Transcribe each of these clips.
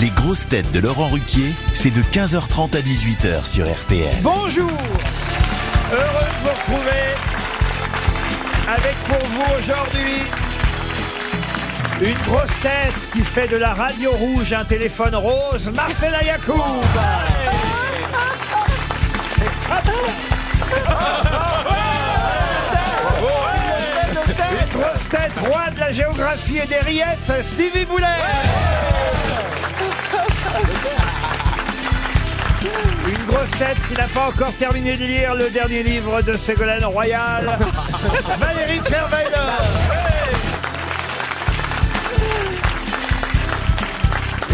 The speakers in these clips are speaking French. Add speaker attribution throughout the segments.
Speaker 1: Les grosses têtes de Laurent Ruquier, c'est de 15h30 à 18h sur RTL.
Speaker 2: Bonjour Heureux de vous retrouver avec pour vous aujourd'hui une grosse tête qui fait de la radio rouge un téléphone rose, Marcela Yacoub Une grosse tête, roi de la géographie et des rillettes, Stevie Boulet Une grosse tête qui n'a pas encore terminé de lire le dernier livre de Ségolène Royal, Valérie Trierweiler. Ouais.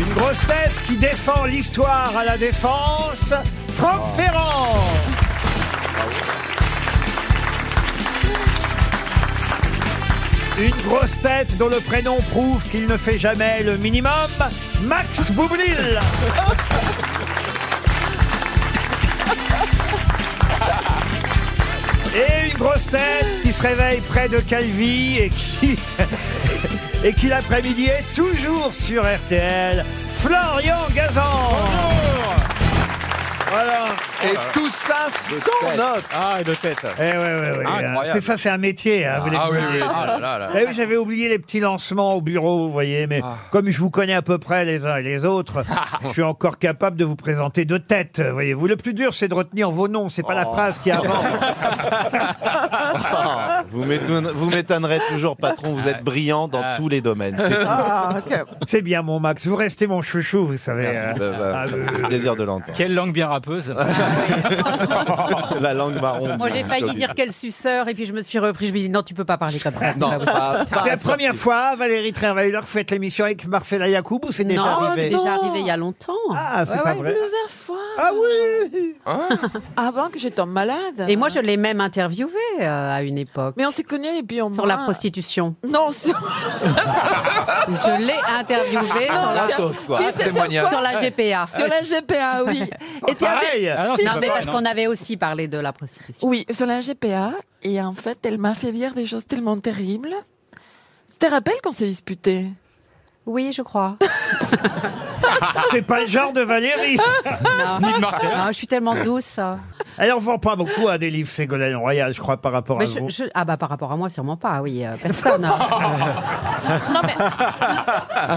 Speaker 2: Une grosse tête qui défend l'histoire à la défense, Franck Ferrand. Une grosse tête dont le prénom prouve qu'il ne fait jamais le minimum, Max Boublil. Et une grosse tête qui se réveille près de Calvi et qui. et qui l'après-midi est toujours sur RTL, Florian Gazan Voilà
Speaker 3: Et tout ça sans note.
Speaker 4: Ah, et de tête.
Speaker 2: Eh ouais, ouais, ouais.
Speaker 4: Incroyable.
Speaker 2: C'est ça, c'est un métier. hein, vous l'avez
Speaker 4: Ah oui,
Speaker 2: compris.
Speaker 4: oui. Ah là là là.
Speaker 2: Eh oui, j'avais oublié les petits lancements au bureau, vous voyez, mais comme je vous connais à peu près les uns et les autres, je suis encore capable de vous présenter de tête, voyez-vous. Le plus dur, c'est de retenir vos noms, c'est pas la phrase qui avance.
Speaker 5: Ah, vous m'étonne- vous m'étonnerez toujours, patron. Vous êtes brillant dans
Speaker 2: Ah.
Speaker 5: tous les domaines. C'est
Speaker 2: C'est bien, mon Max. Vous restez mon chouchou, vous savez.
Speaker 5: Merci,
Speaker 2: Euh,
Speaker 5: bah, bah,
Speaker 2: ah, euh,
Speaker 5: plaisir de l'entendre.
Speaker 4: Quelle langue bien rappeuse.
Speaker 5: La langue marron.
Speaker 6: Moi,
Speaker 2: Bah,
Speaker 6: Oh, j'ai failli dire quel suceur, et puis je me suis repris. Je me dis non, tu peux pas parler comme ça. Bah c'est pas
Speaker 5: Non,
Speaker 6: possible.
Speaker 5: pas, pas
Speaker 2: C'est la
Speaker 5: un
Speaker 2: première
Speaker 5: sportif.
Speaker 2: fois, Valérie Trierweiler, que vous faites l'émission avec Marcela Yacoub ou c'est déjà
Speaker 6: non,
Speaker 2: arrivé
Speaker 6: c'est déjà arrivé il y a longtemps.
Speaker 2: Ah, c'est pas vrai.
Speaker 7: Plusieurs fois.
Speaker 2: Ah oui
Speaker 7: Avant que j'étais malade.
Speaker 6: Et moi, je l'ai même interviewé euh, à une époque
Speaker 7: Mais on s'est connus et puis on
Speaker 6: sur
Speaker 7: m'a-
Speaker 6: la prostitution.
Speaker 7: Non, sur
Speaker 6: Je l'ai interviewé sur
Speaker 2: Ah.
Speaker 6: la,
Speaker 5: Gratos, quoi.
Speaker 7: Tu sais sur
Speaker 3: témoignage.
Speaker 7: quoi
Speaker 6: sur la GPA.
Speaker 7: Sur la GPA, oui. Et t'es avec-
Speaker 2: Pareil
Speaker 4: Ah non, c'est
Speaker 7: Non,
Speaker 4: pas
Speaker 6: Non,
Speaker 4: vrai,
Speaker 6: mais parce
Speaker 4: non.
Speaker 6: qu'on avait aussi parlé de la prostitution.
Speaker 7: Oui, sur la GPA. Et en fait, elle m'a fait dire des choses tellement terribles. Tu te rappelles qu'on s'est disputé
Speaker 6: Oui, je crois.
Speaker 2: C'est pas le genre de Valérie
Speaker 4: Ni de Marseille.
Speaker 6: Non, Ah, je suis tellement douce. euh.
Speaker 2: Elle en vend pas beaucoup à des livres, Ségolène Royal, je crois, par rapport
Speaker 6: Mais
Speaker 2: à vous.
Speaker 6: je- je- ah bah par rapport à moi, sûrement pas. Oui, euh, personne. hein.
Speaker 7: Non, mais.
Speaker 2: Ah.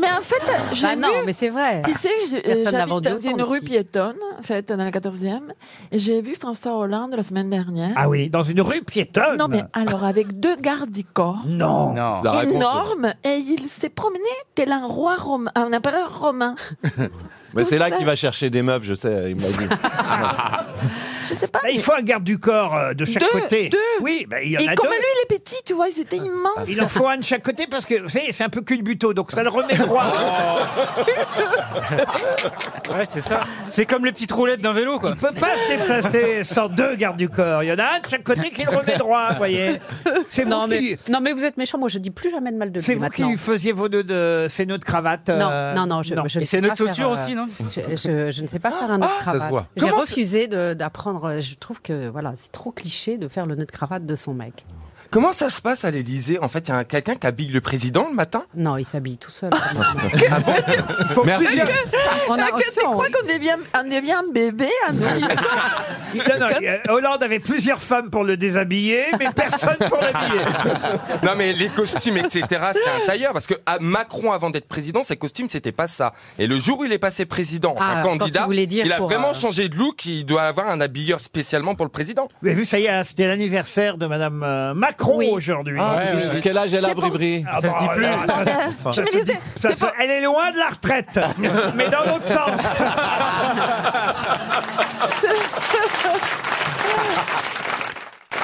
Speaker 7: mais en fait, j'ai
Speaker 6: Bah non,
Speaker 7: vu-
Speaker 6: mais c'est vrai.
Speaker 7: Tu sais, j'ai-
Speaker 6: Personne n'a
Speaker 7: euh, j'habite
Speaker 6: vendu
Speaker 7: dans
Speaker 6: autant
Speaker 7: une
Speaker 6: de
Speaker 7: rue
Speaker 6: filles.
Speaker 7: piétonne, en fait, dans la 14e. Et j'ai vu François Hollande la semaine dernière.
Speaker 2: Ah oui, dans une rue piétonne
Speaker 7: non, mais alors, avec deux gardes du corps.
Speaker 2: Non.
Speaker 4: Non.
Speaker 5: Ça raconte.
Speaker 7: énorme et il s'est promené tel un roi romain, un empereur romain.
Speaker 5: Mais c'est là
Speaker 7: tout
Speaker 5: qu'il
Speaker 7: ça.
Speaker 5: va chercher des meufs, je sais, il m'a dit.
Speaker 7: Je sais pas.
Speaker 2: Bah, il faut un garde du corps euh, de chaque
Speaker 7: Deux,
Speaker 2: côté.
Speaker 7: deux.
Speaker 2: Oui, bah, il y en
Speaker 7: mais-
Speaker 2: a
Speaker 7: Et
Speaker 2: deux.
Speaker 7: comme lui, il est petit, tu vois, ils étaient immenses.
Speaker 2: Il en faut un de chaque côté parce que, vous savez, c'est un peu culbuto, donc ça le remet droit.
Speaker 4: Ouais, c'est ça. C'est comme les petites roulettes d'un vélo, quoi.
Speaker 2: Il peut pas se déplacer sans deux gardes du corps. Il y en a un de chaque côté qui le remet droit, vous voyez. C'est vous,
Speaker 6: Non
Speaker 2: qui,
Speaker 6: mais, non mais vous êtes méchant, moi je dis plus jamais de mal de lui
Speaker 2: c'est vous
Speaker 6: maintenant.
Speaker 2: qui faisiez vos nœuds de ces nœuds de cravate. euh,
Speaker 6: Non, non, non, je, je ne
Speaker 4: Et c'est
Speaker 6: sais
Speaker 4: une
Speaker 6: pas
Speaker 4: autre chaussure
Speaker 6: faire, euh,
Speaker 4: aussi, non Ah,
Speaker 6: je, je- je ne sais pas faire un nœud de
Speaker 3: se
Speaker 6: cravate.
Speaker 3: voit.
Speaker 6: J'ai refusé de- d'apprendre. Je trouve que voilà, c'est trop cliché de faire le nœud de cravate de son mec.
Speaker 3: Comment ça se passe à l'Elysée En fait, il y a un- quelqu'un qui habille le président le matin
Speaker 6: Non, il s'habille tout seul.
Speaker 5: Merci.
Speaker 6: on a,
Speaker 7: Ah, que- Tu
Speaker 6: attends,
Speaker 7: crois qu'on devient, on devient un bébé un nourrisson
Speaker 2: Non, non, euh, Hollande avait plusieurs femmes pour le déshabiller, mais personne pour l'habiller.
Speaker 3: Non, mais les costumes, etc., c'est un tailleur. Parce que à Macron, avant d'être président, ses costumes, c'était pas ça. Et le jour où il est passé président,
Speaker 6: Ah,
Speaker 3: un
Speaker 6: quand il
Speaker 3: candidat,
Speaker 6: voulait dire
Speaker 3: a
Speaker 6: pour,
Speaker 3: vraiment
Speaker 6: euh,
Speaker 3: changé de look. Il doit avoir un habilleur spécialement pour le président.
Speaker 2: Vous avez vu, ça y est, hein, c'était l'anniversaire de Madame euh, Macron
Speaker 6: Oui.
Speaker 2: aujourd'hui.
Speaker 5: Ah,
Speaker 4: Ouais,
Speaker 5: oui,
Speaker 4: ouais, ouais.
Speaker 5: Quel âge elle a, Bribri
Speaker 2: Ah,
Speaker 4: Ça se dit plus.
Speaker 2: alors, ça-
Speaker 7: Je me disais,
Speaker 2: ça se- Elle est loin de la retraite, mais dans l'autre sens.